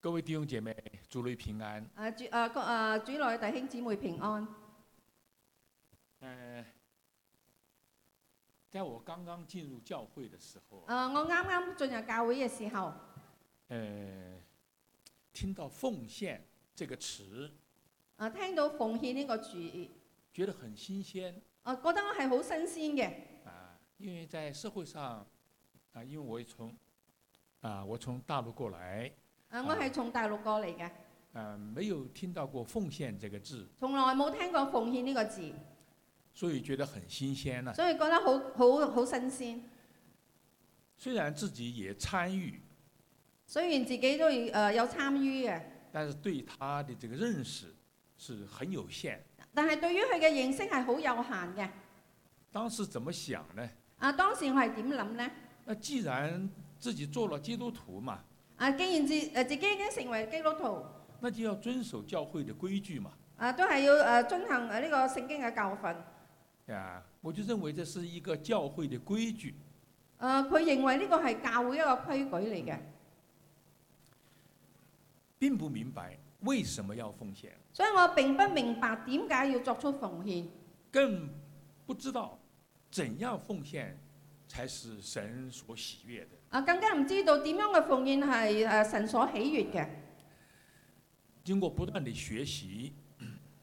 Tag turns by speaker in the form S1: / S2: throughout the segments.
S1: 各位弟兄姐妹，主内平安。
S2: 啊主啊各啊主內弟兄姊妹平安。
S1: 呃，在我刚刚进入教会的时候，
S2: 啊我啱啱進入教會嘅時候，
S1: 呃，听到“奉献”这个词，
S2: 啊聽到奉獻呢個主義，
S1: 觉得很新鲜
S2: 啊覺得我係好新鮮嘅，
S1: 啊，因为在社会上，啊，因为我从啊，我从大陆过来，
S2: 啊我係從大陸過嚟嘅，
S1: 啊，没有听到过“奉献”这个字，
S2: 從來冇聽過奉獻呢個字，
S1: 所以觉得很新鲜啊呢、
S2: 所以覺得好好好新鮮。
S1: 虽然自己也参与，
S2: 雖然自己都要誒有參與嘅，
S1: 但是对他的这个认识是很有限。
S2: 但係對於佢嘅認識係好有限嘅。
S1: 当时怎么想呢？
S2: 啊當時我係點諗呢？
S1: 那既然自己做了基督徒嘛，
S2: 啊既然自誒自己已經成為基督徒，
S1: 那就要遵守教会的规矩嘛。
S2: 啊都係要誒遵行啊誒呢個聖經嘅教訓。
S1: 啊，我就认为这是一个教会的规矩。
S2: 誒啊佢認為呢個係教會一個規矩嚟嘅。
S1: 并不明白为什么要奉献，
S2: 所以我並不明白點解要作出奉獻，
S1: 更不知道怎样奉獻才是神所喜悦的。
S2: 啊更加唔知道點樣嘅奉獻係誒神所喜悦嘅。
S1: 经过不断的学习，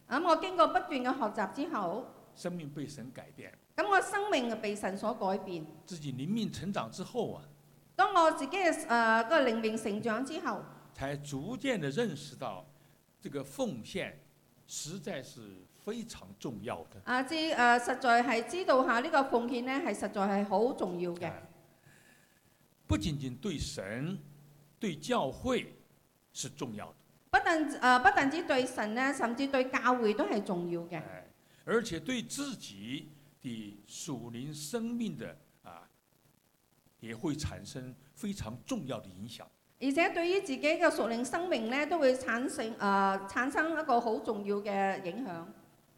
S2: 咁我經過不斷嘅學習之後，
S1: 生命被神改变，
S2: 咁我生命被神所改變。
S1: 自己灵命成长之後啊，
S2: 當我自己嘅呃誒個靈命成長之後，
S1: 才逐渐的认识到这个奉獻实在是非常重要的。
S2: 啊知誒、呃實在係知道下呢個奉獻呢係實在係好重要嘅，
S1: 哎不僅僅對神、對教會是重要的，
S2: 不但誒、呃不但止對神呢，甚至對教會都係重要嘅，
S1: 哎，而且對自己的属灵生命的啊，也會產生非常重要的影響。
S2: 而且對於自己嘅屬靈生命呢，都會產生誒、呃產生一個好重要嘅影響。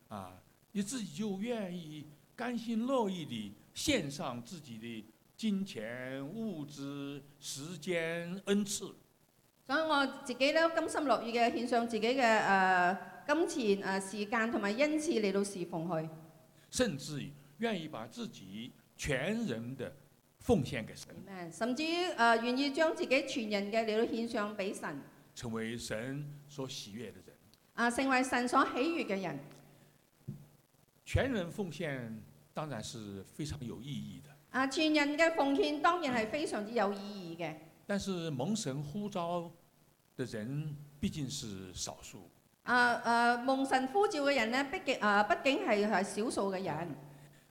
S1: 啊，你自己就愿意甘心乐意地献上自己的金钱、物质、时间、恩赐，
S2: 所以我自己咧甘心樂意嘅獻上自己嘅誒、呃金錢、誒、時間同埋恩賜嚟到侍奉佢，
S1: 甚至愿意把自己全人的奉獻給神，
S2: 甚至於誒、呃、願意將自己全人嘅嚟到獻上俾神，
S1: 成為神所喜悦的人。
S2: 啊、成為神所喜悅嘅人。
S1: 全人奉獻当然是非常有意义的，
S2: 啊，全人嘅奉獻當然係非常之有意義嘅，
S1: 但是蒙神呼召的人毕竟是少数，
S2: 啊啊蒙神呼召嘅人呢，畢竟啊畢竟係係少數嘅人，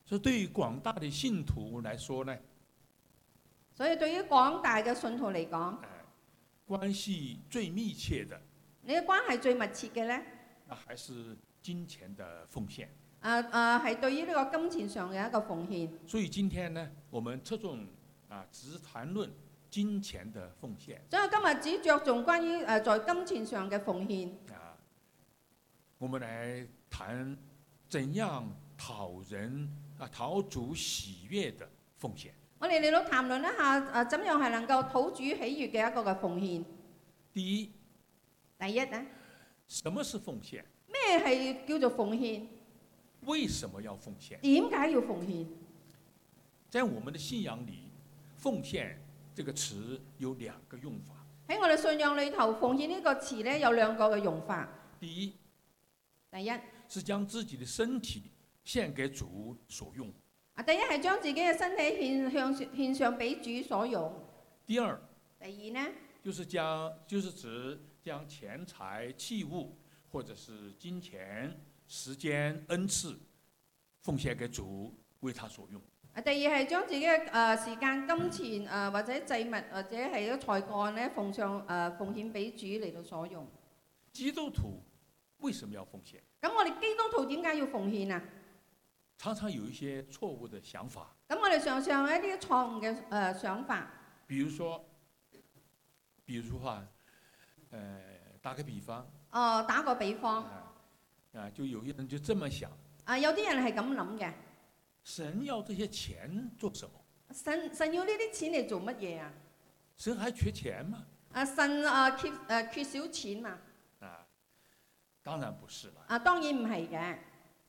S1: 所以对于广大的信徒来说呢，
S2: 所以對於廣大嘅信徒嚟講，
S1: 呃，关系最密切的
S2: 你嘅關係最密切嘅呢，
S1: 那还是金钱的奉献。
S2: 啊啊係對於呢個金錢上嘅一個奉獻。
S1: 所以今天呢，我们侧重啊，只谈论金钱的奉献
S2: 所以今日只着重關於誒呃在金錢上嘅奉獻，
S1: 啊，我们来谈怎样讨人啊讨主喜悦的奉献。
S2: 我哋嚟到談論一下誒怎樣係能夠討主喜悅嘅一個嘅奉獻。
S1: 第一，
S2: 第一咧，
S1: 什么是奉献？
S2: 咩係叫做奉獻？
S1: 为什么要奉献？
S2: 點解要奉獻？
S1: 在我们的信仰里，“奉献”这个词有两个用法。
S2: 喺我哋信仰裏頭，奉獻呢個詞咧有兩個嘅用法。啊
S1: 第一
S2: 第一，
S1: 是将自己的身体献给主所用；
S2: 啊第一係將自己嘅身體獻向獻上俾主所用。
S1: 第二
S2: 第二呢，
S1: 就是将就是指将钱财、器物或者是金钱、时间、恩赐奉献给主，为他所用。
S2: 啊第二係將自己嘅誒、呃、時間、金錢誒、呃或者祭物或者係啲才幹咧奉上誒、呃奉獻俾主嚟到所用。
S1: 基督徒为什么要奉献？
S2: 咁我哋基督徒點解要奉獻啊？
S1: 常常有一些错误的想法。
S2: 咁我哋常常有一啲錯誤嘅誒想法，
S1: 比如说，比如说啊，呃，打个比方
S2: 哦、打個比方，
S1: 啊，啊，就有些人就这么想：
S2: 啊有啲人係咁諗嘅，
S1: 神要这些钱做什么？
S2: 神神要呢啲錢嚟做乜嘢啊？
S1: 神还缺钱吗？
S2: 啊神啊缺誒缺少錢嘛？
S1: 啊，当然不是了。
S2: 啊當然唔係嘅，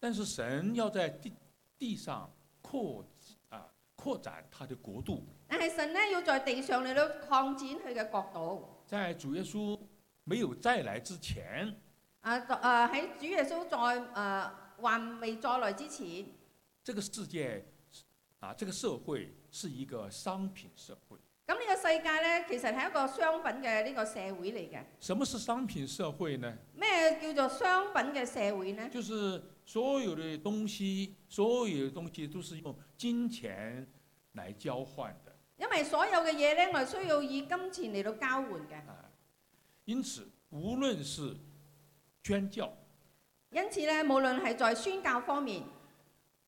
S1: 但是神要在地地上扩啊扩展他的国度，
S2: 但係神咧要在地上嚟到擴展佢嘅國度。
S1: 在主耶稣没有再来之前，
S2: 啊啊喺主耶穌再誒、啊還未再來之前，
S1: 这个世界啊这个社会是一个商品社会。
S2: 咁呢個世界咧其實係一個商品嘅呢個社會嚟嘅。
S1: 什么是商品社会呢？
S2: 咩叫做商品嘅社會呢？
S1: 就是所有的东西，所有的东西都是用金钱来交换的
S2: 因為所有嘅嘢咧，我哋需要以金錢嚟到交換嘅。
S1: 啊。因此，无论是宣教、
S2: 因此咧，無論係在宣教方面，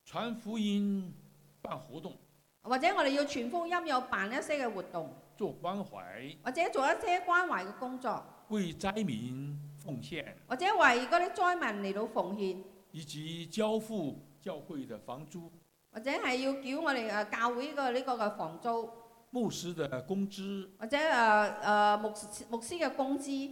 S1: 传福音、办活动、
S2: 或者我哋要傳福音，有辦一些嘅活動，
S1: 做关怀、
S2: 或者做一些關懷嘅工作，
S1: 为灾民奉献，
S2: 或者為嗰啲災民嚟到奉獻，
S1: 以及交付教会的房租、
S2: 或者係要繳我哋誒教會嘅呢個嘅房租，
S1: 牧师的工资、
S2: 或者誒誒、呃呃牧牧師嘅工資，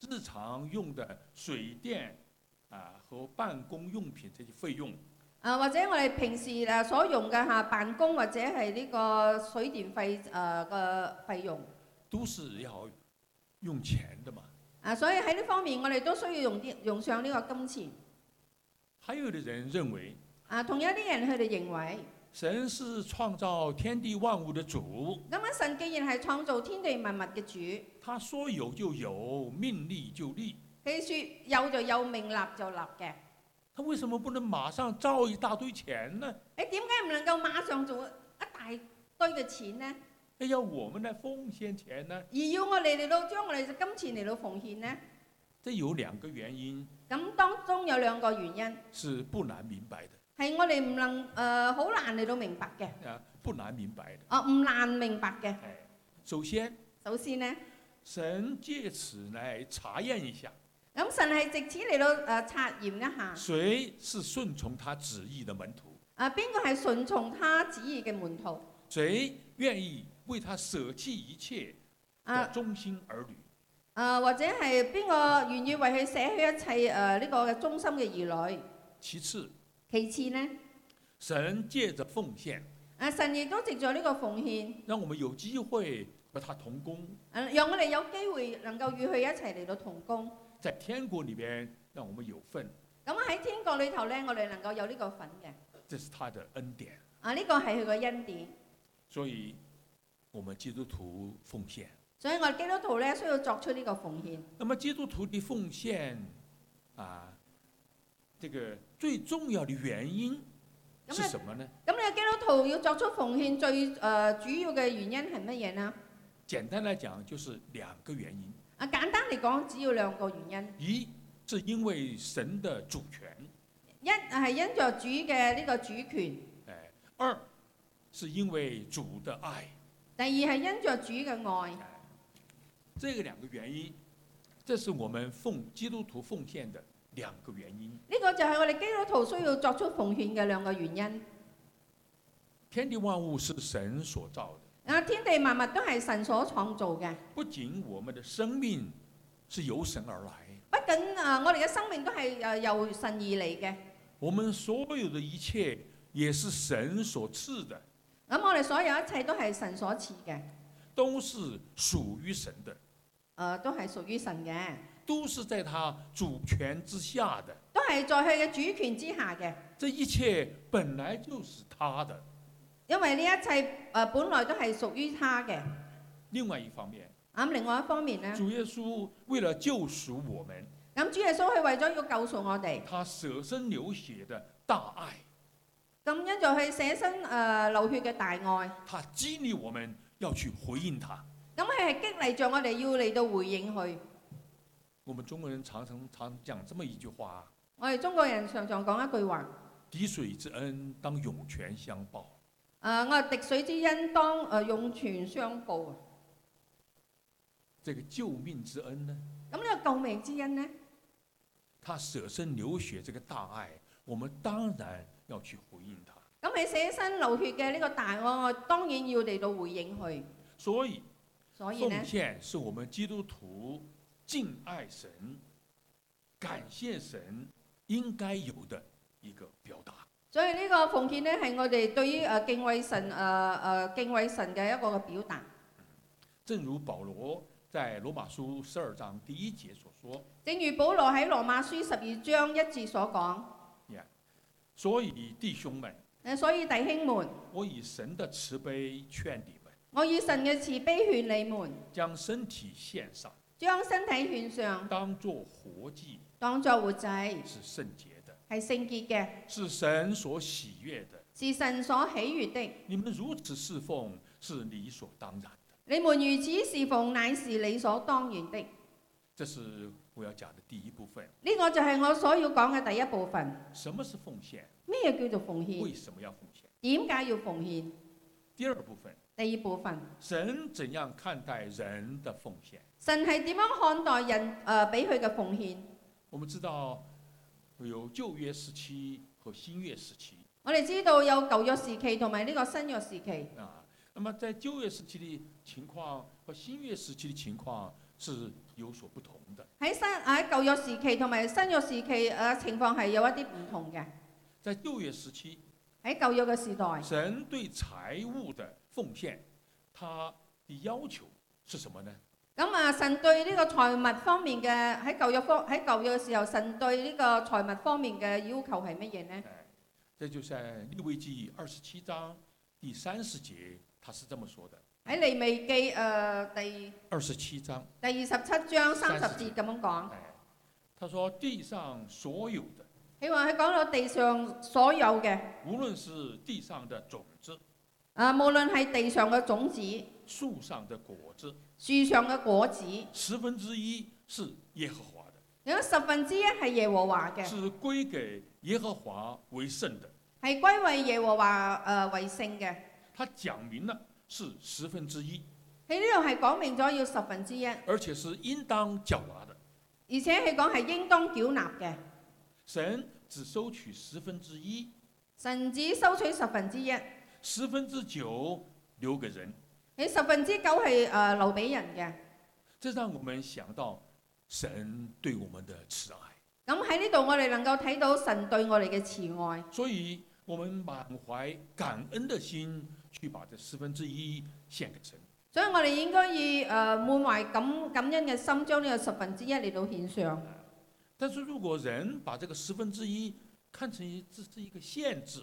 S1: 日常用的水电啊和办公用品这些费用，
S2: 啊或者我哋平時誒所用嘅嚇辦公或者係呢個水電費誒嘅費用，
S1: 都是要用钱的嘛。
S2: 啊所以喺呢方面我哋都需要用啲用上呢個金錢。
S1: 还有的人认为，
S2: 啊，同有啲人佢哋認為。
S1: 神是创造天地万物的主，
S2: 咁啊，神既然係創造天地萬物嘅主，
S1: 他说有就有，命立就立。
S2: 佢説有就有，命立就立嘅。
S1: 他为什么不能马上造一大堆钱呢？
S2: 你點解唔能夠馬上做一大堆嘅錢呢？
S1: 哎呀，我们来奉献钱呢？
S2: 而要我哋嚟到將我哋嘅金錢嚟到奉獻呢？
S1: 这有两个原因
S2: 咁當中有兩個原因
S1: 是不难明白的
S2: 係我哋唔能誒好、難嚟到明白嘅，
S1: 啊，不难明白的。
S2: 啊唔難明白嘅。
S1: 哎，首先，
S2: 首先呢，
S1: 神借此来查验一下，
S2: 咁神係藉此嚟到誒、呃察驗一下，
S1: 谁是顺从他旨意的门徒，
S2: 啊邊個係順從他旨意嘅門徒，
S1: 谁愿意为他舍弃一切的
S2: 啊
S1: 忠心儿女。
S2: 啊或者係邊個願意為佢捨去一切誒呢、個嘅忠心嘅兒女。
S1: 其次，
S2: 其次呢，
S1: 神借着奉献，
S2: 啊神亦都藉助呢個奉獻，
S1: 让我们有機會和他同工，
S2: 啊讓我哋有機會能夠與佢一齊嚟到同工。
S1: 在天國里边让我們有份，
S2: 咁喺天國裏頭呢，我哋能夠有呢個份嘅。
S1: 这是他的恩典。
S2: 啊，呢、個係佢嘅恩典，
S1: 所以，我們基督徒奉獻。
S2: 所以我哋基督徒呢，需要作出呢個奉獻。
S1: 那麼基督徒的奉獻啊，这個最重要的原因是
S2: 咁啊，
S1: 什麼呢？
S2: 咁你基督徒要作出奉獻最誒、呃主要嘅原因係乜嘢呢？
S1: 簡單來講，就是兩個原因：
S2: 啊，簡單嚟講，只要兩個原因。
S1: 一是因為神的主權，
S2: 一係因着主嘅呢個主權，第
S1: 哎；二是因為主的愛。
S2: 二係因着主嘅愛。
S1: 哎这个两个原因，这是我們奉基督徒奉獻的兩個原因。
S2: 呢、個就係我哋基督徒需要作出奉獻嘅兩個原因。
S1: 天地万物是神所造的，
S2: 啊，天地萬物都係神所創造嘅，
S1: 不仅我們的生命是由神而來，
S2: 不僅啊，我哋嘅生命都係誒由神而嚟嘅。
S1: 我們所有的一切也是神所赐的，
S2: 咁我哋所有一切都係神所賜嘅，誒、
S1: 都是屬於神的，
S2: 都係屬於神嘅，
S1: 都是在他主權之下的。
S2: 都係在佢嘅主權之下嘅。
S1: 这一切本來就是他的。
S2: 因為呢一切誒、呃本來都係屬於他嘅。
S1: 另外一方面，
S2: 咁另外一方面呢，
S1: 主耶穌为了救赎我們，
S2: 咁主耶穌佢為咗要救贖我哋，
S1: 他舍身流血的大愛。
S2: 咁因就佢捨身誒、呃流血嘅大愛，
S1: 他激励我们要去回應他。
S2: 咁佢係激勵着我哋要嚟到回應佢。
S1: 我们中国人常常常讲这么一句话
S2: 我哋中國人常常講一句話：，：“
S1: 滴水之恩，当涌泉相报。
S2: 誒、我話滴呃水之恩當誒、呃涌泉相報啊！”
S1: 这个救命之恩呢，
S2: 咁呢個救命之恩呢，
S1: 他舍身流血这个大爱，我们当然要去回应他。
S2: 咁佢捨身流血嘅呢個大愛，我當然要嚟到回應佢。
S1: 所以，
S2: 所以呢
S1: 奉，献是我们基督徒敬爱神、感谢神应该有的一个表达。
S2: 所以呢個奉獻呢，係我哋對於誒敬畏神誒誒敬畏神嘅一個嘅表達。
S1: 正如保罗在罗马书十二章第一节所说
S2: 正如保羅喺羅馬書十二章一節所講，：“
S1: 所以弟兄们，
S2: 誒所以弟兄們，
S1: 我以神的慈悲劝你们，
S2: 我以神嘅慈悲勸你們，
S1: 将身体献上，
S2: 將身體獻上，
S1: 当作活祭，
S2: 當作活祭，
S1: 是圣洁的，
S2: 係聖潔嘅，
S1: 是神所喜悦的。
S2: 是神所喜悅的。
S1: 你们如此侍奉，是理所当然的。
S2: 你們如此侍奉，乃是理所當然的。”
S1: 这是我要讲的第一部分。
S2: 呢個就係我所要講嘅第一部分。
S1: 什么是奉献？
S2: 咩叫做奉獻？
S1: 为什么要奉献？
S2: 點解要奉獻？
S1: 第二部分，
S2: 第二部分，
S1: 神怎样看待人的奉献？
S2: 神係點樣看待人誒俾佢嘅奉獻？
S1: 我们知道有旧约时期和新约时期
S2: 我哋知道有舊約時期同埋呢個新約時期。
S1: 啊，那么在旧约时期的情况和新约时期的情况是有所不同的。
S2: 喺新啊喺舊約時期同埋新約時期誒、呃情況係有一啲唔同嘅。
S1: 在旧约时期，
S2: 喺舊約嘅時代，
S1: 神对财物的奉献，他的要求是什么呢？
S2: 咁啊神對呢個財物方面嘅喺舊約方喺舊約嘅時候，神對呢個財物方面嘅要求係乜嘢呢？
S1: 哎，这就在利未记二十七章第三十节，他是这么说的。
S2: 喺利未記誒、呃第
S1: 二十七章，
S2: 第二十七章三十
S1: 30
S2: 節咁樣講，
S1: 哎，他说地上所有的，
S2: 佢話佢講到地上所有嘅
S1: 无论是地上的种子、
S2: 啊，無論係地上嘅種子、
S1: 树上的果子，
S2: 樹上嘅果子，
S1: 十分之一是耶和华的，
S2: 有十分之一係耶和華嘅。
S1: 是归给耶和华为圣的。
S2: 係歸為耶和華誒、呃、為聖嘅。
S1: 他讲明了是十分之一，
S2: 喺呢度係講明咗要十分之一，
S1: 而且是应当缴纳的。
S2: 而且係講係應當繳納嘅。
S1: 神只收取十分之一，
S2: 神只收取十分之一，
S1: 十分之九留给人。
S2: 喺十分之九係誒留俾人嘅。
S1: 这让我们想到神对我们的慈爱，
S2: 咁喺呢度我哋能夠睇到神對我哋嘅慈愛，
S1: 所以我们满怀感恩的心去把这十分之一献给神。
S2: 所以我哋應該以誒、呃、滿懷感感恩嘅心，將呢個十分之一嚟到獻上。
S1: 但是如果人把这个十分之一看成一这是一个限制，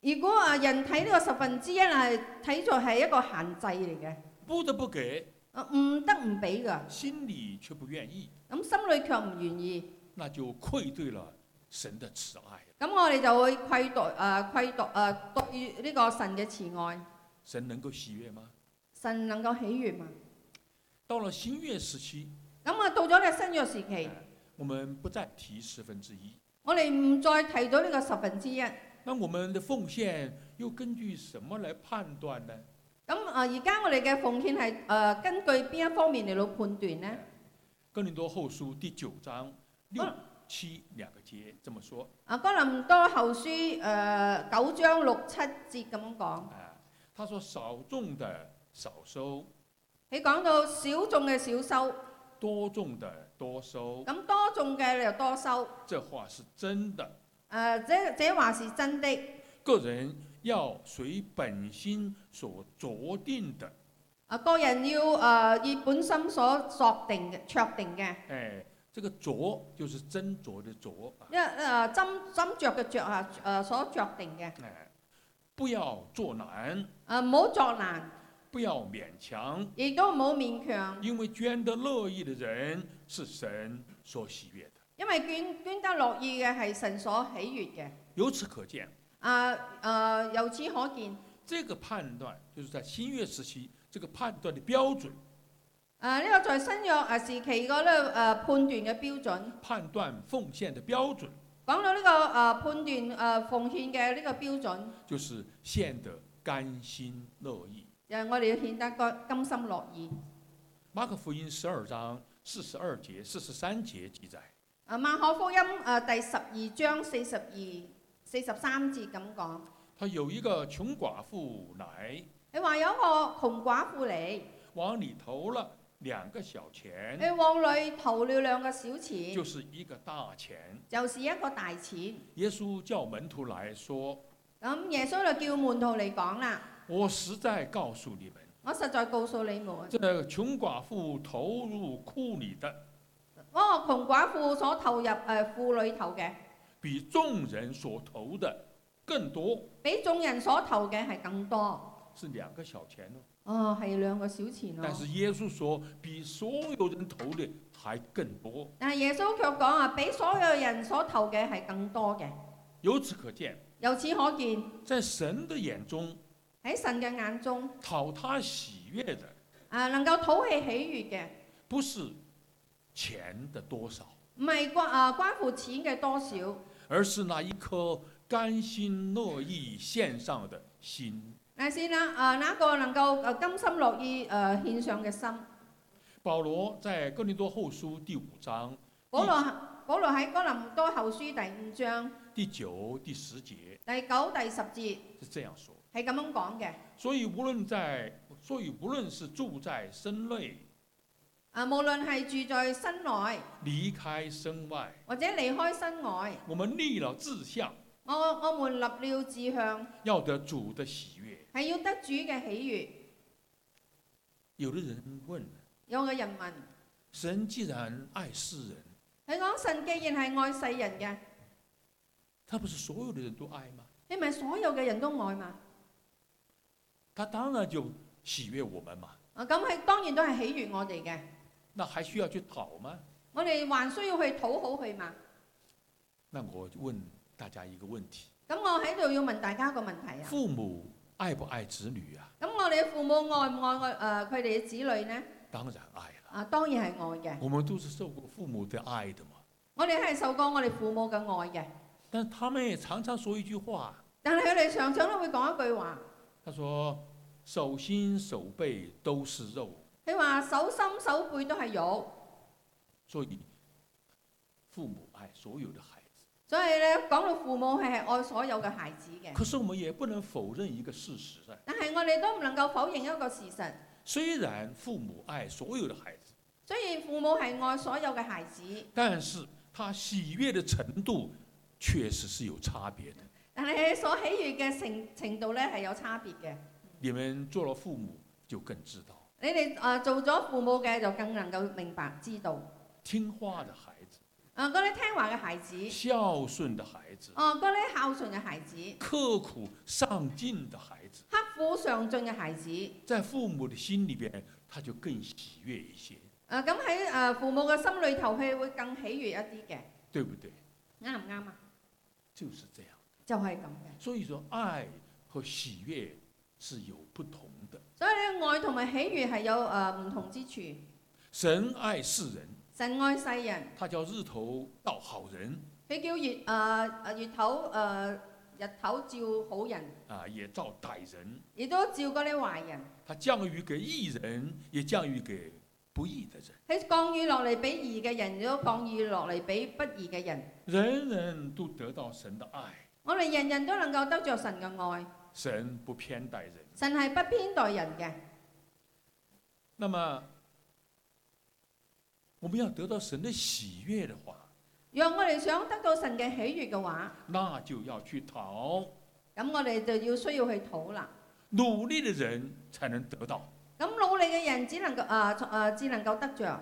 S2: 如果啊人睇呢個十分之一係睇作係一個限制嚟嘅，
S1: 不得不给，
S2: 啊唔得唔俾㗎，
S1: 心里却不愿意，
S2: 咁心裏卻唔願意。
S1: 那就愧对了神的慈爱。
S2: 咁我哋就會愧對誒、呃愧對誒、呃、對呢個神嘅慈愛，
S1: 神能够喜悦吗？
S2: 神能夠喜悅嘛？
S1: 到了新月时期，
S2: 咁啊到咗呢新約時期，
S1: 我们不再提十分之一，
S2: 我哋唔再提到呢個十分之一。咁
S1: 那我们的奉献又根据什么来判断呢？
S2: 啊而家我哋嘅奉獻係誒、呃根據邊一方面嚟到判斷呢？
S1: 哥林多后书第九章六七两个节这么说
S2: 啊哥林多後書誒、呃九章六七節咁樣講，
S1: 啊，他说少种的少收，
S2: 你講到少種嘅少收，
S1: 多种的多收，
S2: 咁多種嘅你就多收。
S1: 这话是真的。
S2: 誒、這這這話是真的。
S1: 个人要随本心所酌定的，
S2: 啊，個人要誒、呃以本心所作定嘅、確定嘅。
S1: 哎，这个酌就是斟酌的酌啊，
S2: 因為誒斟斟酌嘅酌啊，誒、所酌定嘅，
S1: 哎，不要做难，
S2: 誒唔好作難，
S1: 不要勉强，
S2: 亦都唔好勉強，
S1: 因为捐得乐意的人是神所喜悦的。
S2: 因為捐捐得樂意嘅係神所喜悅嘅。
S1: 由此可见。
S2: 啊誒、呃由此可見，誒、
S1: 这个判断就是在新月时期，这个判断的标准，
S2: 呢、個在新約誒時期嗰咧誒判斷嘅標準，
S1: 判断奉献的标准，
S2: 講到呢、個誒、呃判斷誒、呃奉獻嘅呢個標準，
S1: 就是献得甘心乐意。
S2: 就呃係、我哋要顯得個甘心樂意。
S1: 马可福音十二章四十二节、四十三节记载，
S2: 啊，馬可福音誒、呃第十二章四十二、四十三節咁講，
S1: 他有一个穷寡妇来
S2: 你話有一個窮寡婦嚟，
S1: 往里投了两个小钱，
S2: 佢往裏投了兩個小錢，
S1: 嗯就是一个大钱。
S2: 就是一個大錢。
S1: 耶稣叫门徒来说
S2: 咁耶穌就叫門徒嚟講啦：，：“
S1: 我实在告诉你们，
S2: 我實在告訴你們，
S1: 这穷寡妇投入库里的，
S2: 嗰個窮寡婦所投入誒、呃、庫裏頭嘅，
S1: 比众人所投的更多，
S2: 比眾人所投嘅係更多。
S1: 是两个小钱哦。
S2: 哦，係兩個小錢咯、
S1: 但是耶稣说，比所有人投的还更多。
S2: 但係耶穌卻講啊，比所有人所投嘅係更多嘅。
S1: 由此可见，
S2: 由此可見，
S1: 在神的眼中，
S2: 喺神嘅眼中，
S1: 讨他喜悦的
S2: 啊能夠討氣喜悦嘅，
S1: 不是钱的多少，
S2: 唔係關啊關乎錢嘅多少，
S1: 而是那一颗甘心乐意献上的心。
S2: 但係先啦，啊那一個能夠呃甘心樂意誒、呃、獻上嘅心。
S1: 保罗在哥林多后书第五章
S2: 保羅保羅喺哥林多後書第五章
S1: 第九、第十节
S2: 第九、第十節
S1: 是这样说：
S2: 係咁樣講嘅。
S1: 所以无论在，所以无论是住在身内，
S2: 啊，無論係住在身內
S1: 离开身外，
S2: 或者離開身外，
S1: 我们立了志向，
S2: 我我們立了志向，
S1: 要得主的喜悦。
S2: 係要得主嘅喜悦。
S1: 有的人问：
S2: 有個人民，
S1: 神既然爱世人，
S2: 佢講神既然係愛世人嘅，
S1: 他不是所有的人都爱吗？
S2: 你咪所有嘅人都愛嘛？
S1: 他当然就喜悦我们嘛。
S2: 啊，咁係當然都係喜悦我哋嘅。
S1: 那还需要去讨吗？
S2: 我哋還需要去討好佢嘛？
S1: 那我就问大家一个问题：
S2: 咁我喺度要問大家一個問題啊。
S1: 父母爱不爱子女啊？
S2: 咁我哋嘅父母愛唔愛誒佢哋嘅子女呢？
S1: 当然爱了，
S2: 啊，當然係愛嘅。
S1: 我们都是受过父母的爱的嘛。
S2: 我哋係受過我哋父母嘅愛嘅，
S1: 但他们也常常说一句话，
S2: 但係佢哋常常都會講一句話，
S1: 他说：“手心手背都是肉。
S2: 佢話手心手背都係肉，”
S1: 所以，父母爱所有的孩子。
S2: 所以咧講到父母係係愛所有嘅孩子嘅。
S1: 可是我们也不能否认一个事实啊，
S2: 但係我哋都唔能夠否認一個事實，
S1: 虽然父母爱所有的孩子，
S2: 雖然父母係愛所有嘅孩子，
S1: 但是他喜悦的程度确实是有差别的。
S2: 但係所喜悦嘅程程度咧係有差別嘅。
S1: 你们做了父母就更知道，
S2: 你哋誒、呃做咗父母嘅就更能夠明白知道，
S1: 听话的孩子、
S2: 啊嗰啲聽話嘅孩子，
S1: 孝順的孩子、
S2: 哦嗰啲孝順嘅孩子，
S1: 刻苦上进的孩子，
S2: 刻苦上進嘅孩子，誒
S1: 在父母的心里边，他就更喜悦一些，
S2: 呃咁喺誒父母嘅心裏頭，佢會更喜悦一啲嘅，
S1: 对不对？
S2: 啱唔啱啊？
S1: 就是这样。
S2: 就係咁嘅。
S1: 所以说，爱和喜悦是有不同的。
S2: 所以咧，愛同埋喜悦係有誒唔同之處。
S1: 神爱世人，
S2: 神愛世人，
S1: 他叫日头照好人
S2: 佢叫月誒、呃、月頭誒、呃日頭照好人，
S1: 啊，也照歹人。
S2: 亦都照嗰啲壞人。
S1: 他降雨给义人，也降雨给不义的人。
S2: 佢降雨落嚟俾義嘅人，亦都降雨落嚟俾不義嘅人。
S1: 人人都得到神的爱，
S2: 我哋人人都能夠得着神嘅愛，
S1: 神不偏待人。
S2: 神係不偏待人嘅。
S1: 那么，我们要得到神的喜悦的话，
S2: 若我哋想得到神嘅喜悦嘅話，
S1: 那就要去讨，
S2: 咁我哋就要需要去討啦。
S1: 努力的人才能得到。
S2: 咁努力嘅人只能夠啊啊，只能夠得着。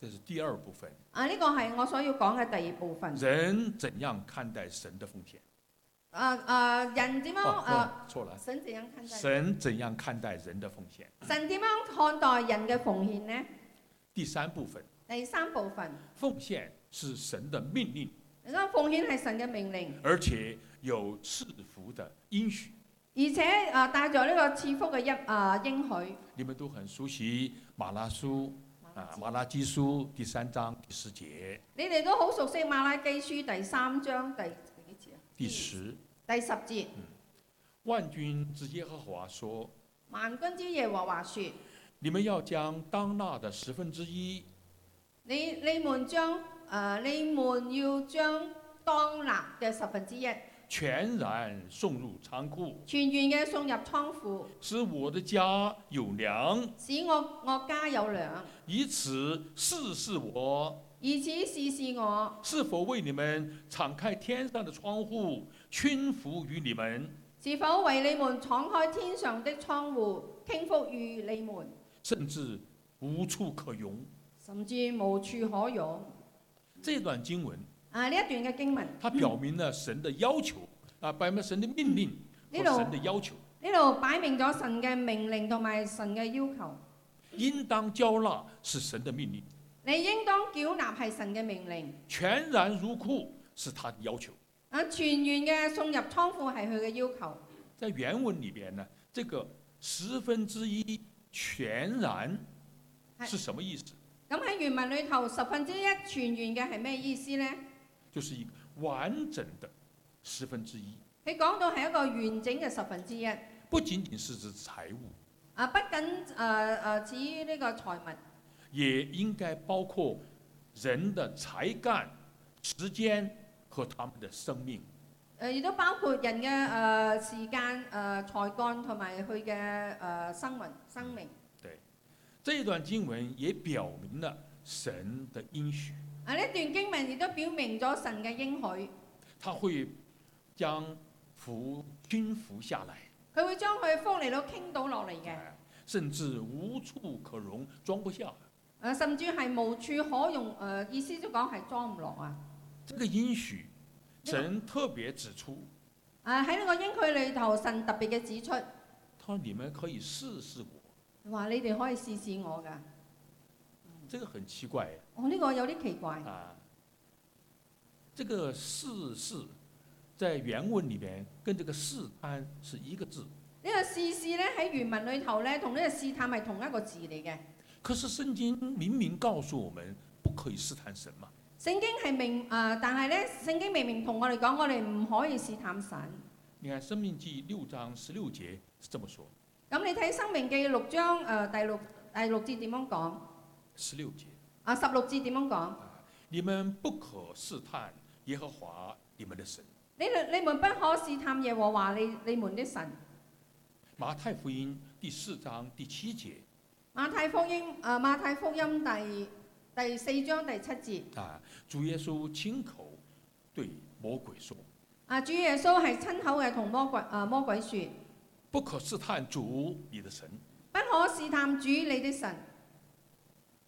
S1: 这是第二部分，
S2: 啊，呢個係我所要講嘅第二部分。
S1: 人怎样看待神的奉献？
S2: 啊啊，人點樣
S1: 哦，
S2: 啊？
S1: 错了，
S2: 神點樣看待？
S1: 神怎样看待人的奉献？
S2: 神點樣看待人嘅奉獻呢？
S1: 第三部分，
S2: 第三部分，
S1: 奉献是神的命令，
S2: 你講奉獻係神嘅命令，
S1: 而且有赐福的应许。
S2: 而且啊帶咗呢個賜福嘅一啊應許。
S1: 你们都很熟悉马拉书啊，马拉基书第三章第十节、
S2: 你哋都好熟悉馬拉基書第三章第幾節啊？
S1: 第十。
S2: 第十節，
S1: 万军之耶和华说
S2: 萬軍之耶和華說：：“
S1: 你们要将当纳的十分之一
S2: 你呃你們將啊、你們要將當納嘅十分之一
S1: 全然送入仓库，
S2: 全員嘅送入倉庫，
S1: 使我的家有粮，
S2: 使我我家有糧。
S1: 以此试试我
S2: 以此試試我
S1: 是否为你们敞开天上的窗户，倾覆于你们。
S2: 是否為你們敞開天上的窗户，傾覆於你們，
S1: 甚至无处可容。
S2: 甚至無處可容。
S1: 这段经文，
S2: 啊！呢一段嘅經文，
S1: 它表明了神的要求啊，表明了神的命令
S2: 呢
S1: 和神
S2: 度
S1: 的要求，
S2: 呢度擺明咗神嘅命令同埋神嘅要求。
S1: 应当交纳是神的命令，
S2: 你應當繳納係神嘅命令。
S1: 全然入库是他的要求。
S2: 啊，全員嘅送入倉庫係佢嘅要求。
S1: 在原文里边呢，这个十分之一全然
S2: 哎
S1: 是什么意思？
S2: 咁喺原文裏頭，十分之一全員嘅係咩意思呢？
S1: 就是一个完整的十分之一，
S2: 佢講到係一個完整嘅十分之一。
S1: 不仅仅是指财物，
S2: 啊，不僅誒誒至於呢個財物，
S1: 也应该包括人的才干、时间和他们的生命。
S2: 誒呃亦都包括人嘅呃誒、時間、誒、呃才幹同埋佢嘅誒生命、生命。
S1: 这段经文也表明了神的应许，
S2: 啊，呢段經文亦都表明咗神嘅應許，
S1: 他会将福倾覆下来。
S2: 佢會將佢福嚟到傾倒落嚟嘅。
S1: 哎甚至无处可容，装不下。
S2: 誒、啊甚至係無處可用。誒、呃意思都講係裝唔落啊。
S1: 这个应许，
S2: 那个
S1: 神特别指出，
S2: 啊喺呢個應許裏頭，神特別嘅指出，
S1: 他说你们可以试试我，
S2: 話你哋可以試試我㗎。
S1: 这个很奇怪
S2: 我、呢、個有啲奇怪。
S1: 啊。这个试试，在原文里面跟这个试探是一个字，
S2: 呢、個試試咧喺原文裏頭咧，同呢個試探係同一個字嚟嘅。
S1: 可是圣经明明告诉我们不可以试探神嘛。
S2: 聖經係明啊、但係咧聖經明明同我哋講，我哋唔可以試探神。
S1: 你看《生命记》六章十六节是这么说，
S2: 咁你睇《生命記》六章誒、呃第六第六節點樣講？
S1: 十六节，
S2: 啊十六節點樣講？
S1: 你们不可试探耶和华你们的神。
S2: 你你們不可試探耶和華你你們的神。
S1: 马太福音第四章第七节。
S2: 馬太福音啊、馬太福音第第四章第七節
S1: 啊，主耶稣亲口对魔鬼说
S2: 啊，主耶穌係親口嘅同魔鬼啊魔鬼説：：“
S1: 不可试探主你的神。
S2: 不可試探主你的神。”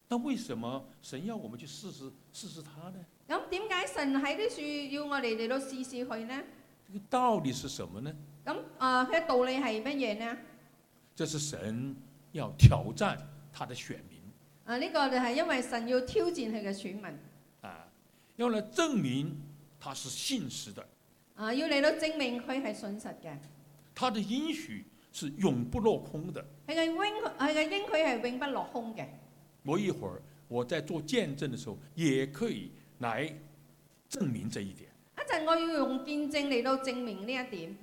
S1: 那为什么神要我们去试试试试他呢？
S2: 咁點解神喺呢處要我哋嚟到試試佢呢？
S1: 这个道理是什么呢？
S2: 咁啊，佢、嘅道理係乜嘢呢？
S1: 这是神要挑战他的选民
S2: 啊！呢、個就係因為神要挑戰佢嘅選民，
S1: 啊，要来证明他是信实的，
S2: 啊，要嚟到證明佢係信實嘅，
S1: 他的应许是永不落空的。
S2: 佢嘅應佢嘅應許係永不落空嘅。
S1: 我一会儿我在做见证的时候，也可以来证明这一点。
S2: 一陣我要用見證嚟到證明呢一點，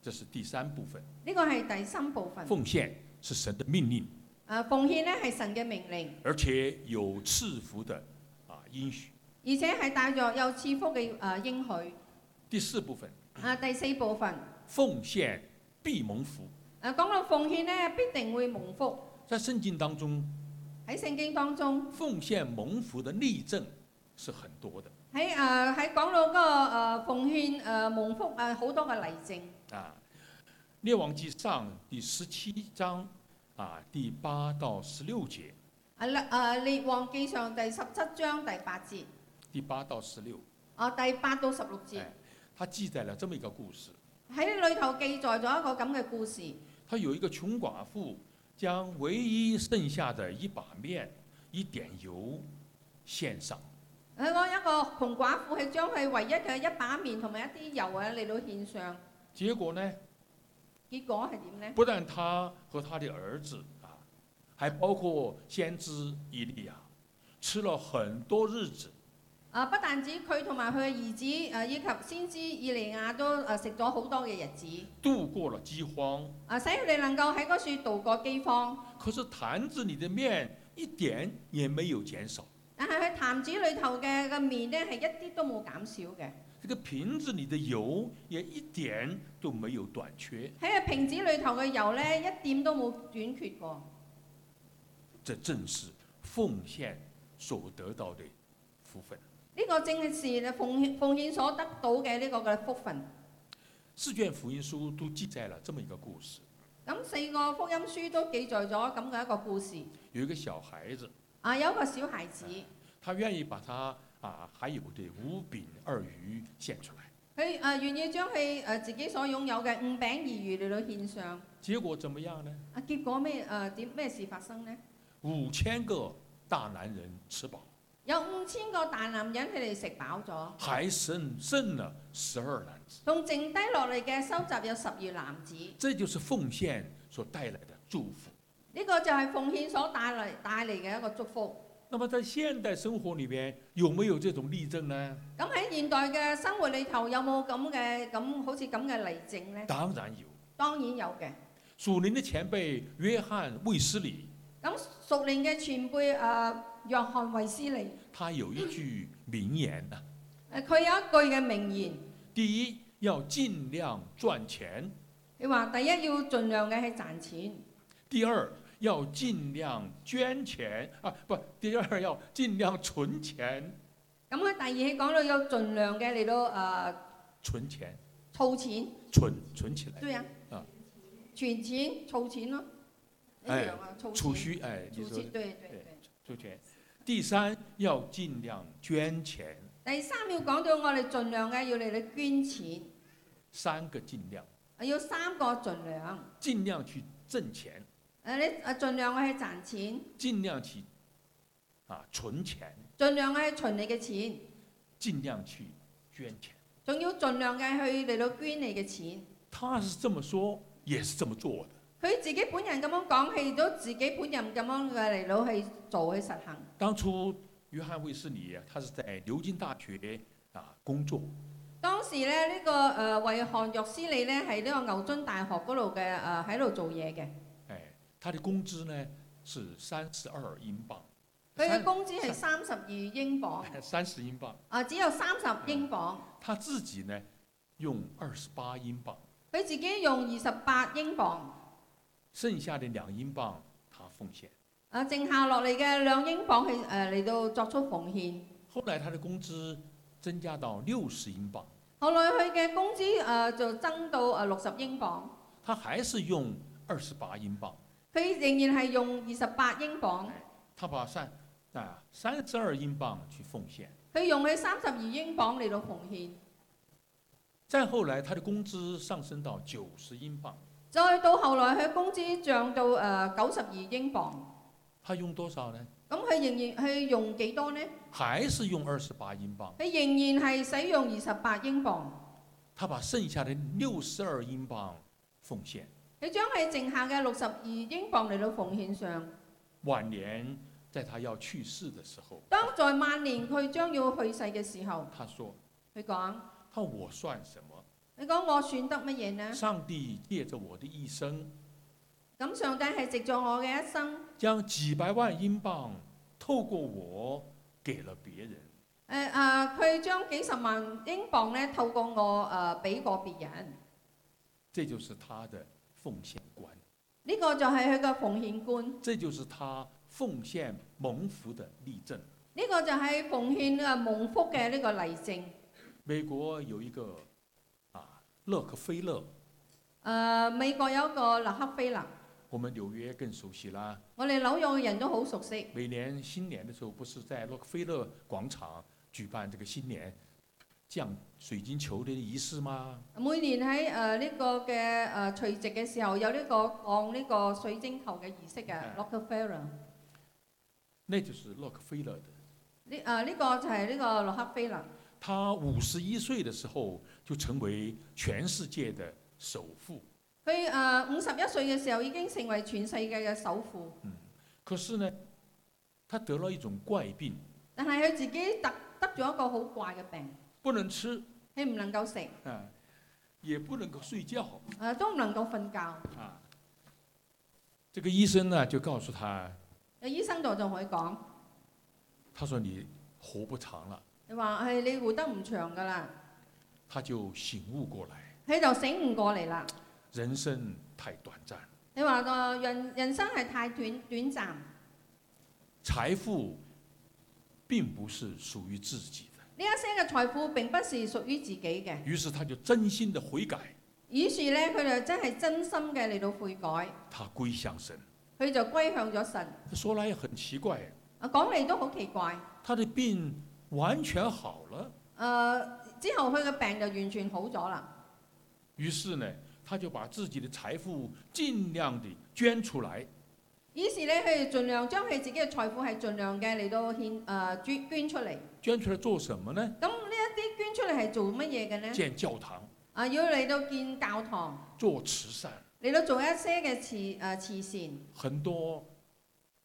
S1: 这是第三部分，
S2: 呢個係第三部分。
S1: 奉献是神的命令。
S2: 啊，奉獻呢係神嘅命令，
S1: 而且有赐福的啊应许。
S2: 而且係帶着有賜福嘅啊應許。
S1: 第四部分，
S2: 啊，第四部分
S1: 奉献必蒙福，
S2: 啊講到奉獻呢，必定會蒙福。
S1: 在圣经当中，
S2: 喺聖經當中，
S1: 奉献蒙福的例证是很多的
S2: 喺啊喺講到嗰、個、啊奉獻啊蒙福啊好多嘅例證。
S1: 啊。列王记上第十七章啊第八到十六节，
S2: 啊列啊列王記上第十七章第八節，
S1: 第八到十六，
S2: 啊第八到十六節，
S1: 哎，他记载了这么一个故事：
S2: 喺呢裏頭記載咗一個咁嘅故事。
S1: 他有一个穷寡妇，将唯一剩下的一把面、一点油献上。
S2: 佢講啊一個窮寡婦係將佢唯一嘅一把麵同埋一啲油啊嚟到獻上，
S1: 结果呢，
S2: 結果係點呢？
S1: 不但他和他的儿子啊，还包括先知以利亚，吃了很多日子，
S2: 啊，不但止佢同埋佢嘅兒子誒、啊以及先知以利亞都呃誒食咗好多嘅日子，
S1: 度过了饥荒。
S2: 啊使佢哋能夠喺嗰處度過饑荒。
S1: 啊可是坛子里的面一点也没有减少，
S2: 但係佢壇子裏頭嘅嘅麵呢係一啲都冇減少嘅，
S1: 这个瓶子里的油也一点都没有短缺。
S2: 喺個瓶子裏頭嘅油咧，一點都冇短缺過。
S1: 这正是奉献所得到的福分。
S2: 呢、個正係奉獻奉獻所得到嘅呢個嘅福分。
S1: 四卷福音书都记载了这么一个故事：
S2: 咁四個福音書都記載咗咁嘅一個故事。
S1: 有一个小孩子，
S2: 啊，有一個小孩子，
S1: 他愿意把他啊还有的五饼二鱼献出来，
S2: 佢啊願意將佢誒自己所擁有嘅五餅二魚嚟到獻上。
S1: 结果怎么样呢？
S2: 啊，結果咩誒點咩事發生呢？
S1: 五千个大男人吃饱，
S2: 有五千個大男人佢哋食飽咗，
S1: 还剩剩了十二男子。
S2: 仲剩低落嚟嘅收集有十二男子。呢、
S1: 这就是奉献所带来的祝福。
S2: 個就係奉獻所帶嚟帶嚟嘅一個祝福。
S1: 那么在现代生活里边有沒有这种例证呢？
S2: 咁喺現代嘅生活裏頭有冇咁嘅咁好似咁嘅例證呢？
S1: 当然有。
S2: 當然有嘅。
S1: 属灵的前辈约翰卫斯理，
S2: 咁熟練嘅前輩啊，約翰衛斯利，
S1: 他有一句名言呢、
S2: 誒佢有一句嘅名言，
S1: 第一要尽量赚钱，
S2: 佢話第一要盡量嘅去賺錢，
S1: 第二要尽量捐钱啊，不，第二要尽量存钱，
S2: 咁佢第二講到要盡量嘅嚟到誒
S1: 存钱，
S2: 儲錢，
S1: 存存起来，
S2: 對啊
S1: 啊，
S2: 存錢儲錢咯，一
S1: 哎
S2: 樣啊，儲
S1: 储
S2: 錢，
S1: 蓄，哎，你
S2: 儲
S1: 说
S2: 錢，對對
S1: 對
S2: 對。
S1: 储钱。第三要尽量捐钱，
S2: 第三要講到我哋盡量嘅要嚟到捐錢，
S1: 三个尽量，
S2: 要三個盡量。
S1: 尽量去挣钱，
S2: 誒你誒盡量去賺錢，
S1: 尽量去啊存钱，
S2: 盡量去存你嘅錢，
S1: 尽量去捐钱。
S2: 仲要盡量嘅去嚟到捐你嘅錢。
S1: 他是这么说，也是这么做的。
S2: 佢自己本人咁樣講，佢都自己本人咁樣嘅嚟到去做去實行。
S1: 当初约翰卫斯理啊他是在牛津大学啊工作，
S2: 當時咧，呢、呃個誒惠漢若斯利咧係呢個牛津大學嗰度嘅誒喺度做嘢嘅，
S1: 哎，他的工资呢是三十二英镑，
S2: 佢嘅
S1: 三
S2: 工資係三十二英鎊，
S1: 三十英镑，
S2: 啊只有三十英鎊，
S1: 他自己呢用二十八英镑，
S2: 佢自己用二十八英鎊，
S1: 剩下的两英镑他奉献。
S2: 啊剩下落嚟嘅兩英鎊去誒嚟到作出奉獻。
S1: 后来他的工资增加到六十英镑，
S2: 後來佢嘅工資誒、呃就增到誒六十英鎊，
S1: 他还是用二十八英镑，
S2: 佢仍然係用二十八英鎊，
S1: 他把三啊三十二英镑去奉献。
S2: 佢用佢三十二英鎊嚟到奉獻。
S1: 再后来，他的工资上升到九十英镑，
S2: 再到後來，佢工資漲到誒九十二英鎊，
S1: 他用多少呢？
S2: 咁佢仍然佢用幾多呢？
S1: 还是用二十八英镑，
S2: 佢仍然係使用二十八英鎊，
S1: 他把剩下的六十二英镑奉献。
S2: 佢將佢剩下嘅六十二英鎊嚟到奉獻上。
S1: 晚年在他要去世的时候，
S2: 當在萬年佢將要去世嘅時候，
S1: 他说
S2: 佢講：：“
S1: 他说我算什么？
S2: 你講我算得乜嘢呢？
S1: 上帝借着我的一生，
S2: 咁上帝係藉助我嘅一生。
S1: 将几百万英镑透過我给了别人。
S2: 誒啊！佢將幾十萬英鎊咧透過我誒俾過別人，”
S1: 这就是他的奉献观，
S2: 呢、個就係佢嘅奉獻觀，呢、
S1: 这就是他奉献蒙福的例证。
S2: 個就係奉獻誒蒙福嘅呢個例證。誒、
S1: 美国有一个啊洛克菲勒，
S2: 呃美國有一個勒克菲勒，
S1: 我们纽约更熟悉啦。
S2: 我哋紐約嘅人都好熟悉。
S1: 每年新年的时候，不是在洛克菲勒广场举办这个新年降水晶球的仪式吗？
S2: 每年喺誒呢個嘅誒除夕嘅時候，有呢、個降呢個水晶球嘅儀式嘅
S1: 嗯
S2: 勒克菲勒。
S1: 那就是洛克菲勒的。
S2: 呢誒呢個就係呢個勒克菲勒。
S1: 他五十一岁的时候就成为全世界的首富。
S2: 佢呃誒五十一歲嘅時候已經成為全世界嘅首富。
S1: 可是呢，他得了一种怪病，
S2: 但係佢自己得得咗一個好怪嘅病，
S1: 不能吃
S2: 佢唔能夠食，誒、啊
S1: 啊，也不能够睡觉
S2: 都唔能夠瞓覺。
S1: 啊。这个医生呢就告诉他，
S2: 有醫生就就同佢講：，
S1: 他说你活不长了，
S2: 你話係你活得唔長㗎啦，
S1: 他就醒悟过来，
S2: 佢就醒悟過嚟啦。
S1: 人生太短暂，
S2: 你話個人人生係太短短暫，呢
S1: 财富并不是属于自己的。
S2: 一些嘅財富並不是屬於自己嘅。
S1: 于是他就真心的悔改，
S2: 於是咧，佢就真係真心嘅嚟到悔改，
S1: 他归向神。
S2: 佢就歸向咗神。
S1: 说来也很奇怪，
S2: 啊，講嚟都好奇怪。誒、
S1: 他的病完全好了，
S2: 啊之後佢嘅病就完全好咗啦。
S1: 于是呢，他就把自己的财富尽量的捐出来，
S2: 於是咧，佢就盡量將佢自己嘅財富係盡量嘅嚟到獻誒、呃捐捐出嚟。
S1: 捐出来做什么呢？
S2: 咁呢一啲捐出嚟係做乜嘢嘅呢？
S1: 建教堂，
S2: 啊，要嚟到建教堂，
S1: 做慈善。
S2: 嚟到做一些嘅慈誒、呃慈善。
S1: 很多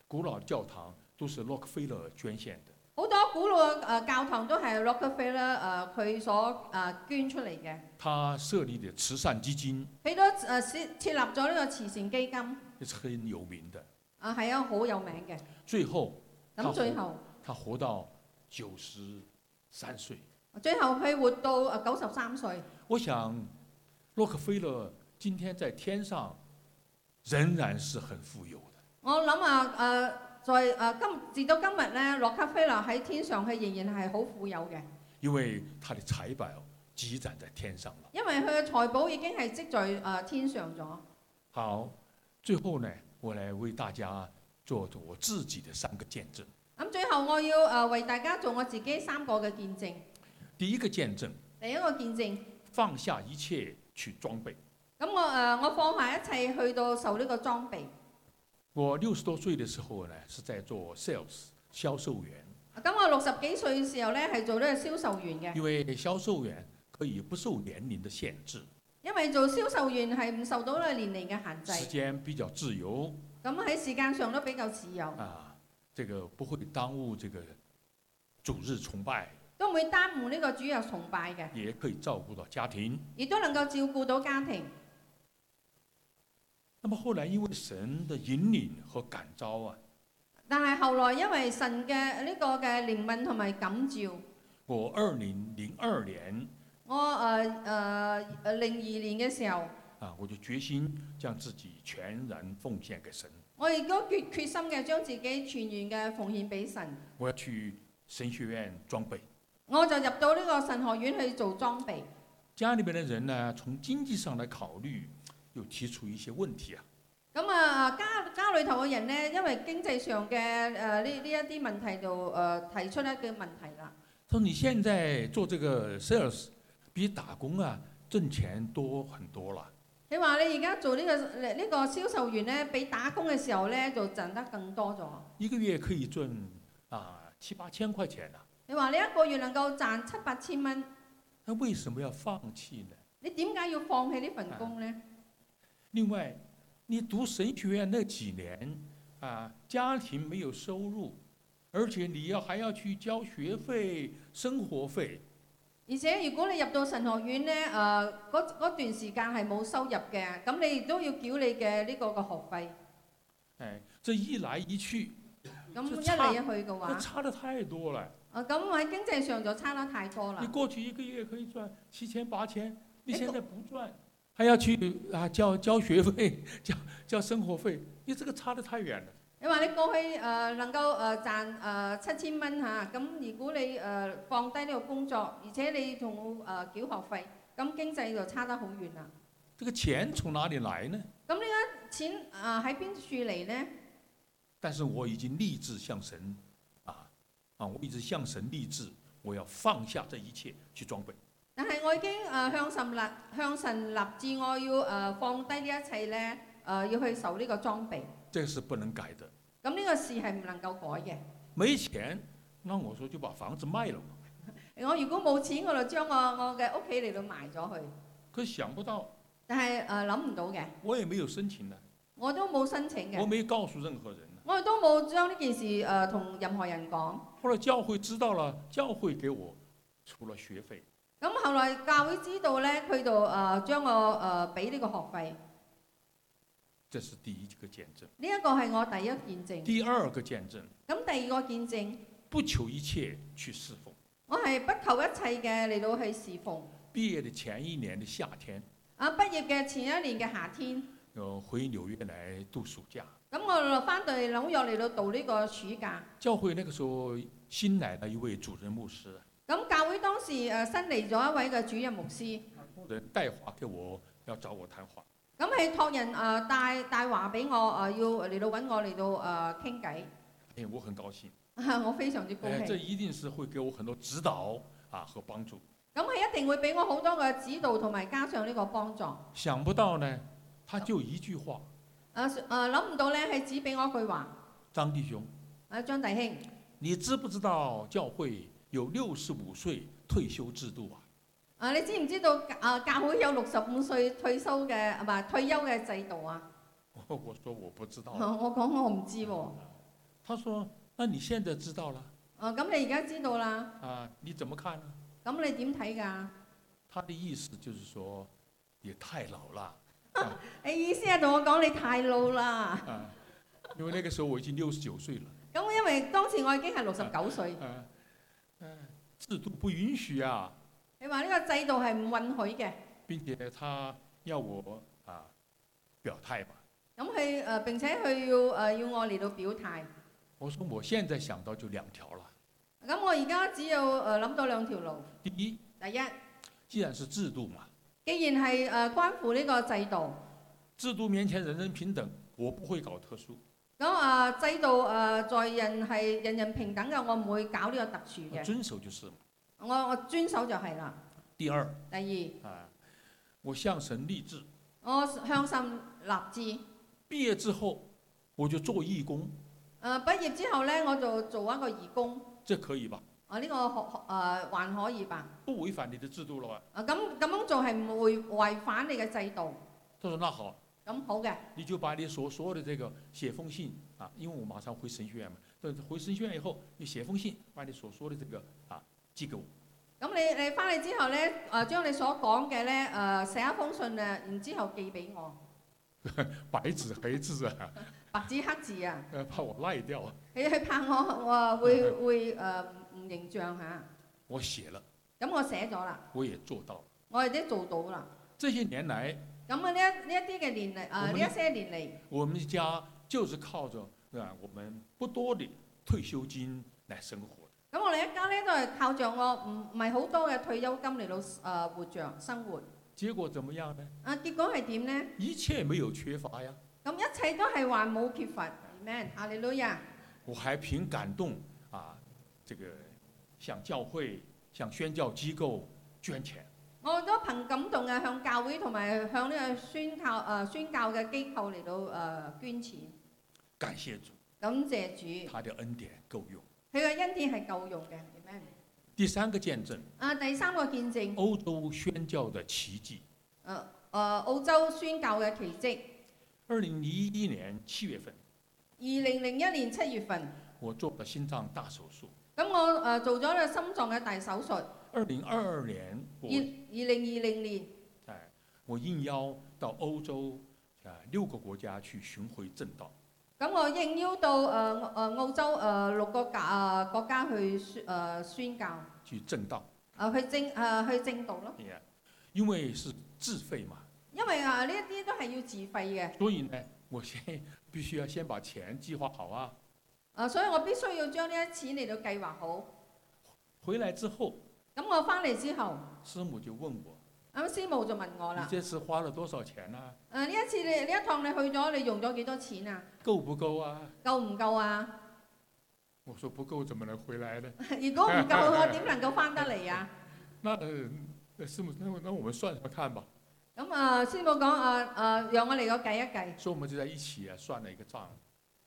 S1: 古老的教堂都是洛克菲勒捐献的。
S2: 好多古老嘅誒教堂都係 Rockefeller 誒佢所誒捐出嚟嘅，
S1: 他设立的慈善基金
S2: 佢都誒設設立咗呢個慈善基金，
S1: 也是很有名的。
S2: 啊係啊好有名嘅。
S1: 最后
S2: 咁最後
S1: 他活到九十三岁。
S2: 最後佢活到誒九十三歲，
S1: 我想，洛克菲勒今天在天上仍然是很富有的。
S2: 我諗啊誒在誒今至到今日咧，洛克菲勒喺天上佢仍然係好富有嘅，
S1: 因为他的财宝积攒在天上了。
S2: 因為佢嘅財寶已經係積在誒、呃天上咗。
S1: 好，最后呢，我来为大家做我自己的三个见证。
S2: 咁最後我要誒、呃、為大家做我自己三個嘅見證，
S1: 第一个见證，
S2: 第一個見證。
S1: 放下一切去装备。
S2: 咁我誒、呃我放下一切去到受呢個裝備。
S1: 我六十多岁的时候呢，是在做 sales 销售员，
S2: 咁我六十幾歲嘅時候咧，係做呢個銷售員嘅，
S1: 因为销售员可以不受年龄的限制，
S2: 因為做銷售員係唔受到呢個年齡嘅限
S1: 时
S2: 制，
S1: 间比較自由
S2: 咁喺時間上都比較自由，
S1: 啊，这个不会耽误这个主日崇拜，
S2: 都唔會耽誤呢個主日崇拜嘅，
S1: 也可以照顾到家庭。
S2: 亦都能夠照顧到家庭。
S1: 那么后来因为神的引领和感召啊，
S2: 但係後來因為神嘅呢個嘅憐憫同埋感召，
S1: 我二零零二年
S2: 我誒誒誒零二年嘅時候，
S1: 啊，我就决心将自己全然奉献给神，
S2: 我亦都決決心嘅將自己全然嘅奉獻俾神，
S1: 我要去神学院装备。
S2: 我就入到呢個神學院去做裝備。
S1: 家里面的人呢，从经济上来考虑，又提出一些问题啊。
S2: 咁啊，家家裏頭嘅人咧，因為經濟上嘅誒呢呢一啲問題就誒、呃提出一啲問題啦。
S1: 他说你现在做这个 sales，比打工啊挣钱多很多了。
S2: 你話你而家做呢、個呢、呢個銷售員咧，比打工嘅時候咧就賺得更多咗。
S1: 一個月可以賺啊七八千啊塊錢呢、
S2: 你話你一個月能夠賺七八千蚊，
S1: 那為什麼要放棄呢？
S2: 你點解要放棄呢份工咧？
S1: 另外，你讀神學院那幾年啊，家庭沒有收入，而且你要還要去交學費、生活費，
S2: 而且如果你入到神學院咧，誒嗰嗰段時間係冇收入嘅，咁你亦都要繳你嘅呢個嘅學費。
S1: 哎，這一來一去，
S2: 咁
S1: 就
S2: 一
S1: 差
S2: 嚟一去嘅
S1: 那
S2: 話，
S1: 差的太多了。
S2: 啊咁喺經濟上就差得太多啦
S1: 你。过去一个月可以赚七千八千，你
S2: 哎
S1: 现
S2: 够
S1: 在不赚，还要去啊交交学费、交交生活费，你这个差得太远了。
S2: 你話你過去誒、呃能夠誒、呃、賺誒七千蚊嚇，咁、如果你誒、呃放低呢個工作，而且你仲要呃誒繳學費，咁經濟就差得好遠啦。
S1: 这个钱从哪里来呢？
S2: 咁呢一錢啊喺邊處嚟呢？
S1: 但是我已经立志向神，啊啊，我一直向神立志，我要放下这一切去装备。
S2: 但係我已經誒、呃向神立向神立志，我要誒、呃放低呢一切咧，誒、要去受呢個裝備。
S1: 这个是不能改的。
S2: 咁呢個事係唔能夠改嘅。
S1: 没钱，那我说就把房子卖了嘛。
S2: 我如果冇錢，我就將我我嘅屋企嚟到賣咗佢。
S1: 可想不到，
S2: 但係誒諗唔到嘅，
S1: 我也没有申请呢，
S2: 我都冇申請嘅
S1: 我。没告诉任何人呢。
S2: 我亦都冇將呢件事誒同、任何人講。
S1: 后来教会知道了，教会给我出了学费。
S2: 咁後來教會知道咧，佢就誒將我誒呃俾呢個學費。
S1: 这是第一个见证。
S2: 呢、一個係我第一見證。
S1: 第二个见证，
S2: 咁第二個見證，
S1: 不求一切去侍奉，
S2: 我係不求一切嘅嚟到去侍奉，
S1: 毕业的前一年的夏天，
S2: 啊，畢業嘅前一年嘅夏天，
S1: 呃，回纽约来度暑假。
S2: 咁我就翻到紐約嚟到度呢個暑假。
S1: 教会那个时候新来了一位主任牧师，
S2: 咁教會當時誒、呃新嚟咗一位嘅主任牧師，
S1: 人带话给我，要找我谈话。
S2: 咁係託人誒、呃、帶帶話俾我誒、呃要嚟到揾我嚟到誒傾偈，
S1: 哎，我很高興，
S2: 我非常之高
S1: 哎，
S2: 興。
S1: 这一定是会给我很多指導啊和幫助。
S2: 咁佢一定會俾我好多嘅指導同埋加上呢個幫助。誒
S1: 想不到呢，他就一句話，
S2: 誒啊諗唔到咧，係指俾我一句話，
S1: 張弟兄，
S2: 誒張弟兄，
S1: 你知不知道教會有六十五歲退休制度啊？
S2: 啊你知唔知道啊教會有六十五歲退休嘅啊唔係退休嘅制度啊？
S1: 我說我不知道。
S2: 我講我唔知喎、
S1: 他說，那你現在知道了
S2: 啊咁你而家知道啦，
S1: 啊？你怎麼看呢？
S2: 咁你點睇㗎？
S1: 他的意思就是說，也太老了
S2: 你意思係同我講你太老啦？
S1: 啊，因為那個時候我已經六十九歲了，
S2: 咁因為當時我已經係六十九歲，
S1: 啊，嗯、制度不允許啊。
S2: 你話呢個制度係唔允許嘅，
S1: 并且他要我啊表態嘛。
S2: 咁佢誒並且佢要誒、呃要我嚟到表態。
S1: 我說我現在想到就兩條了。
S2: 咁我而家只有誒諗、到兩條路，
S1: 第一，
S2: 第一，
S1: 既然是制度嘛，
S2: 既然係誒、呃、關乎呢個制度，
S1: 制度面前人人平等，我不會搞特殊。
S2: 咁啊、呃制度誒、呃在人係人人平等嘅，我唔會搞呢個特殊
S1: 我
S2: 嘅，
S1: 遵守就是嘛。
S2: 我我遵守就係啦。
S1: 第二
S2: 第
S1: 啊，我向神立志，
S2: 二，我向心立志。
S1: 畢業之後我就做義工，
S2: 誒、呃、畢業之後咧，我就做一個義工，
S1: 這可以吧？
S2: 啊、呢、個學誒、呃還可以吧。
S1: 不違反你的制度了吧？
S2: 啊，咁咁樣做係唔會違反你嘅制度，
S1: 他說那好，啊
S2: 咁好嘅。
S1: 你就把你所说的這個寫封信啊，因為我馬上回神學院嘛，但是回神學院以後，你寫封信，把你所说的這個啊寄給我。
S2: 咁你你翻嚟之後咧，誒、呃、將你所講嘅咧誒寫一封信啊，然之後寄俾我，
S1: 白紙黑字啊，
S2: 白紙黑字啊，
S1: 呃怕我賴掉。
S2: 你係怕我我話會會誒唔形象嚇。
S1: 我寫了，
S2: 咁我寫咗啦，
S1: 我也做到了。
S2: 我哋都做到啦。
S1: 这些年來，
S2: 咁啊呢一呢一啲嘅年嚟，
S1: 我
S2: 誒
S1: 們
S2: 呢一些年嚟，
S1: 我們家就是靠着啊我們不多的退休金來生活的。
S2: 咁我哋一家咧都係靠着我唔唔係好多嘅退休金嚟到誒、呃活着生活。
S1: 結果怎麼樣呢？
S2: 啊結果係點咧？
S1: 一切沒有缺乏呀，
S2: 咁一切都係還冇缺乏，amen，哈利路亞。
S1: 我還憑感動啊，這個向教會、向宣教機構捐錢。
S2: 我都憑感動嘅向教會同埋向呢個宣教誒、呃宣教嘅機構嚟到誒、呃捐錢，
S1: 感謝主，
S2: 感謝主，
S1: 他的恩典夠用。
S2: 佢嘅恩典係夠用嘅。Amen
S1: 第三個見證，
S2: 啊，第三個見證，誒、
S1: 歐洲宣教的奇蹟。
S2: 呃澳洲宣教嘅奇蹟。
S1: 二零零一年七月份，
S2: 二零零一年七月份，
S1: 我做了心臟大手術。
S2: 咁我誒、呃做咗個心臟嘅大手術。二
S1: 二零二二年，我
S2: 二零二零年，
S1: 哎，我应邀到欧洲啊六个国家去巡回正道。
S2: 咁我應邀到誒誒、呃呃澳洲誒、呃六個國啊、國家去宣誒、呃宣教，
S1: 去正道，
S2: 啊去正誒、呃去正道咯。
S1: 也因為是自費嘛，
S2: 因為啊呢一啲都係要自費嘅。
S1: 所以呢，我先 必須要先把钱计划好啊。
S2: 啊，所以我必須要將呢一錢嚟到計劃好。
S1: 回來之後，
S2: 咁我翻嚟之後，
S1: 師母就問我
S2: 咁師母就問：“我
S1: 你
S2: 啦，
S1: 這次花了多少啊錢呢、
S2: 誒、呢一次你呢一趟你去咗，你用咗幾多錢啊？
S1: 夠不夠啊？
S2: 夠唔夠啊？
S1: 我說不夠，怎麼能回來呢？
S2: 如果唔夠，我點能夠翻得嚟啊？
S1: 那呃那師母，那我那我們算算看吧。
S2: 咁啊，師母講：誒誒，讓我嚟個計一計。
S1: 所以我們就在一起啊算了一個賬，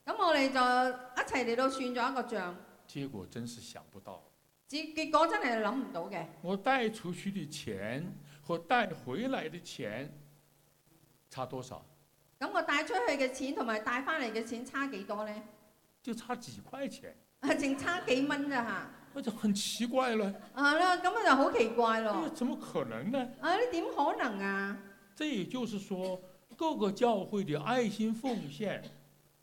S2: 咁我哋就一齊嚟到算咗一個帳。
S1: 結果真是想不到。
S2: 結結果真係諗唔到嘅。
S1: 我带出去的钱和带回来的钱差多少？
S2: 咁我帶出去嘅錢同埋帶翻嚟嘅錢差幾多呢？
S1: 就差幾塊錢，
S2: 啊，淨差幾蚊咋嚇？
S1: 那就很奇怪了。
S2: 啊啦，咁就好奇
S1: 哎
S2: 怪
S1: 呀
S2: 咯。
S1: 怎麼可能呢？
S2: 啊，你點可能啊？
S1: 这也就是说，各個教會的愛心奉獻，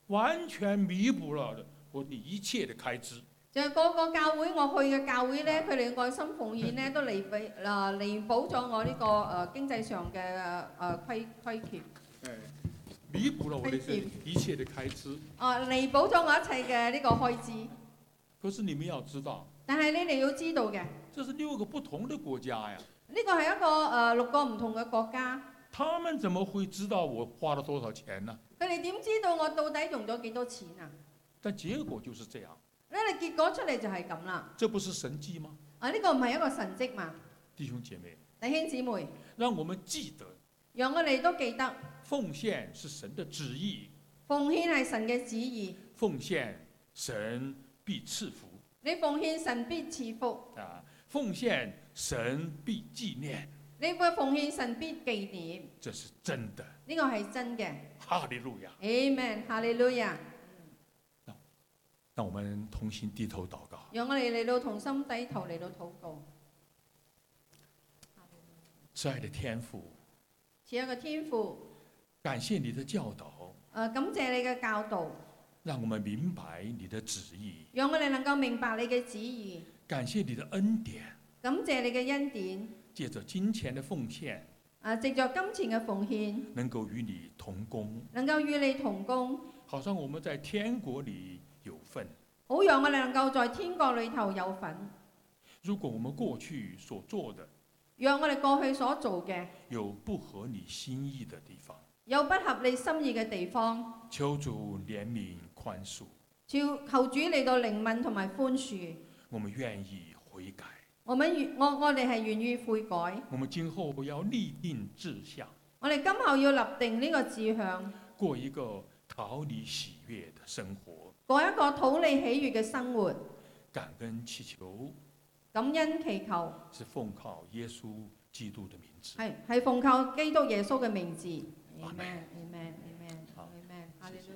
S1: 完全彌補了我的一切的開支。
S2: 就係仲有個個教會我去嘅教會咧，佢哋愛心奉獻咧都彌補啊彌補咗我呢、個誒、呃、經濟上嘅呃誒虧虧欠，
S1: 哎，弥补了我的这
S2: 亏欠
S1: 一切的开支。
S2: 啊、彌補咗我一切嘅呢個開支。
S1: 可是你们要知道，
S2: 但係你哋要知道嘅，
S1: 这是六个不同的国家呀，
S2: 呢個係一個誒、呃六個唔同嘅國家，
S1: 他们怎么会知道我花了多少钱呢？
S2: 佢哋點知道我到底用咗幾多錢啊？
S1: 但结果就是这样，
S2: 咧你結果出嚟就係咁啦。
S1: 这不是神迹吗？
S2: 啊，呢、個唔係一個神蹟嘛，
S1: 弟兄姐妹，
S2: 弟兄姊妹，
S1: 让我们记得，
S2: 讓我哋都記得
S1: 奉献是神的旨意，
S2: 奉獻係神嘅旨意，
S1: 奉献神必赐福
S2: 你奉獻神必賜福。
S1: 啊，奉献神必纪念，
S2: 你嘅奉獻神必紀念，
S1: 这是真的。
S2: 呢個係真嘅。
S1: 哈利路亚！
S2: Amen，哈利路亞。
S1: 让我们同心低头祷告。
S2: 讓我哋嚟到同心低頭嚟到禱告。
S1: 慈爱的天父，
S2: 慈愛嘅天父，
S1: 感谢你的教导，
S2: 誒、感謝你嘅教導，
S1: 让我们明白你的旨意。
S2: 讓我哋能夠明白你嘅旨意。
S1: 感谢你的恩典，
S2: 感謝你嘅恩典，
S1: 借着金钱的奉献，
S2: 啊，藉着金錢嘅奉獻，
S1: 能够与你同工，
S2: 能夠與你同工，
S1: 好像我们在天国里有份。
S2: 好讓我哋能夠在天國裏頭有份。
S1: 如果我们過去所做的
S2: 讓我哋過去所做嘅
S1: 有不合你心意的地方，
S2: 有不合你心意嘅地方，
S1: 求主怜悯宽恕，
S2: 求求主嚟到靈敏同埋寬恕。
S1: 我们愿意悔改，
S2: 我們願我我哋係願意悔改，
S1: 我们今后要立定志向，
S2: 我哋今後要立定呢個志向，
S1: 过一个逃离喜悦的生活。
S2: 過一個討你喜悦嘅生活。
S1: 感恩祈求
S2: 感恩祈求，
S1: 是奉靠耶稣基督的名字。
S2: 係係奉靠基督耶穌嘅名字。
S1: Amen
S2: Amen，Amen，Amen，
S1: 好
S2: Amen，哈利路亞